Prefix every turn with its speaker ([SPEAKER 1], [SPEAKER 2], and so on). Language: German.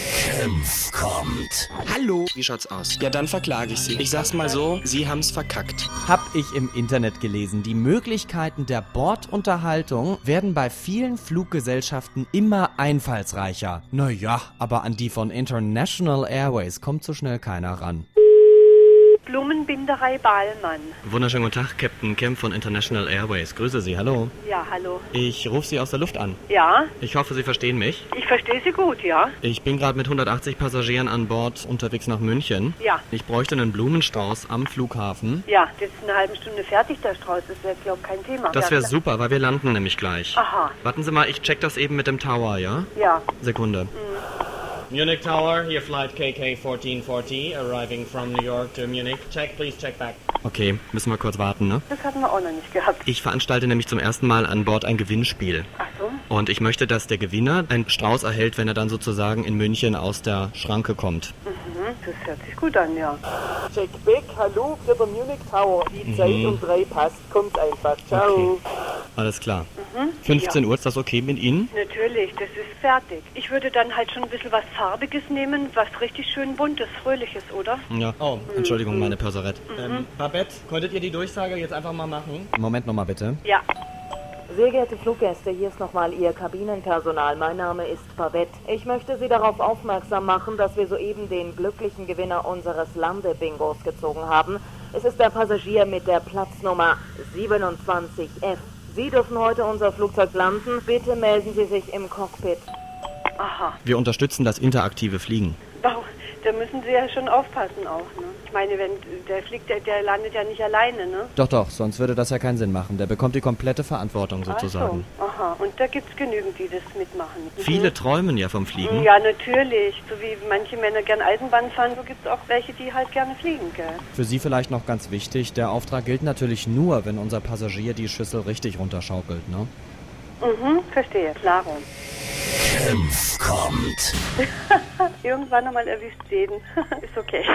[SPEAKER 1] Senf kommt.
[SPEAKER 2] Hallo.
[SPEAKER 3] Wie schaut's aus? Ja, dann verklage ich Sie. Ich sag's mal so, Sie haben's verkackt.
[SPEAKER 2] Hab ich im Internet gelesen. Die Möglichkeiten der Bordunterhaltung werden bei vielen Fluggesellschaften immer einfallsreicher. Naja, aber an die von International Airways kommt so schnell keiner ran.
[SPEAKER 4] Blumenbinderei Bahlmann.
[SPEAKER 3] Wunderschönen guten Tag, Captain Kemp von International Airways. Grüße Sie, hallo.
[SPEAKER 4] Ja, hallo.
[SPEAKER 3] Ich rufe Sie aus der Luft an.
[SPEAKER 4] Ja,
[SPEAKER 3] Ich hoffe, Sie verstehen mich.
[SPEAKER 4] ich verstehe Sie gut, ja?
[SPEAKER 3] Ich bin gerade mit 180 Passagieren an Bord unterwegs nach München.
[SPEAKER 4] Ja.
[SPEAKER 3] Ich bräuchte einen Blumenstrauß am Flughafen.
[SPEAKER 4] Ja, das ist eine halbe Stunde fertig, der Strauß. Das wäre, glaube ich, kein Thema.
[SPEAKER 3] Das
[SPEAKER 4] Ja,
[SPEAKER 3] wäre
[SPEAKER 4] klar.
[SPEAKER 3] super, weil wir landen nämlich gleich.
[SPEAKER 4] Aha.
[SPEAKER 3] Warten Sie mal, ich check das eben mit dem Tower, ja?
[SPEAKER 4] Ja, Hm.
[SPEAKER 3] Sekunde. Munich Tower, hier Flight KK1440, arriving from New York to Munich. Check, please check back. Okay, müssen wir kurz warten, ne?
[SPEAKER 4] das hatten wir auch noch nicht gehabt.
[SPEAKER 3] Ich veranstalte nämlich zum ersten Mal an Bord ein Gewinnspiel.
[SPEAKER 4] Ach so. hm,
[SPEAKER 3] Und ich möchte, dass der Gewinner einen Strauß erhält, wenn er dann sozusagen in München aus der Schranke kommt.
[SPEAKER 4] Hm, das hört sich gut an, ja.
[SPEAKER 5] Check back, hallo, wir haben Munich Tower. Die Zeit um drei passt, kommt einfach. Ciao.
[SPEAKER 3] Okay. Alles klar.
[SPEAKER 4] Mhm.
[SPEAKER 3] 15 Uhr, ist das okay mit Ihnen?
[SPEAKER 4] Natürlich, das ist fertig. Ich würde dann halt schon ein bisschen was Farbiges nehmen, was richtig schön Buntes, Fröhliches, oder?
[SPEAKER 3] Ja. Oh, Entschuldigung, meine Perserette. Ähm, Babette, konntet ihr die Durchsage jetzt einfach mal machen?
[SPEAKER 2] Moment nochmal bitte.
[SPEAKER 4] Ja.
[SPEAKER 5] Sehr geehrte Fluggäste, hier ist nochmal Ihr Kabinenpersonal. Mein Name ist Babette. Ich möchte Sie darauf aufmerksam machen, dass wir soeben den glücklichen Gewinner unseres Landebingos gezogen haben. Es ist der Passagier mit der Platznummer 27F. Sie dürfen heute unser Flugzeug landen. Bitte melden Sie sich im Cockpit.
[SPEAKER 4] Aha.
[SPEAKER 3] Wir unterstützen das interaktive Fliegen.
[SPEAKER 4] Wow, da müssen Sie ja schon aufpassen auch, ne? Ich meine, wenn der fliegt, der, der landet ja nicht alleine, ne?
[SPEAKER 2] Doch, doch, sonst würde das ja keinen Sinn machen. Der bekommt die komplette Verantwortung
[SPEAKER 3] Also.
[SPEAKER 2] sozusagen.
[SPEAKER 4] Ach so. Also, Aha. Und da gibt's genügend, die das mitmachen. Mhm.
[SPEAKER 3] Viele träumen ja vom Fliegen.
[SPEAKER 4] Ja, natürlich. So wie manche Männer gern Eisenbahn fahren, so gibt es auch welche, die halt gerne fliegen, gell?
[SPEAKER 2] Für Sie vielleicht noch ganz wichtig, der Auftrag gilt natürlich nur, wenn unser Passagier die Schüssel richtig runterschaukelt, ne?
[SPEAKER 4] Mhm, verstehe. Klaro.
[SPEAKER 1] Senf kommt.
[SPEAKER 4] Irgendwann einmal erwischt jeden. Ist okay.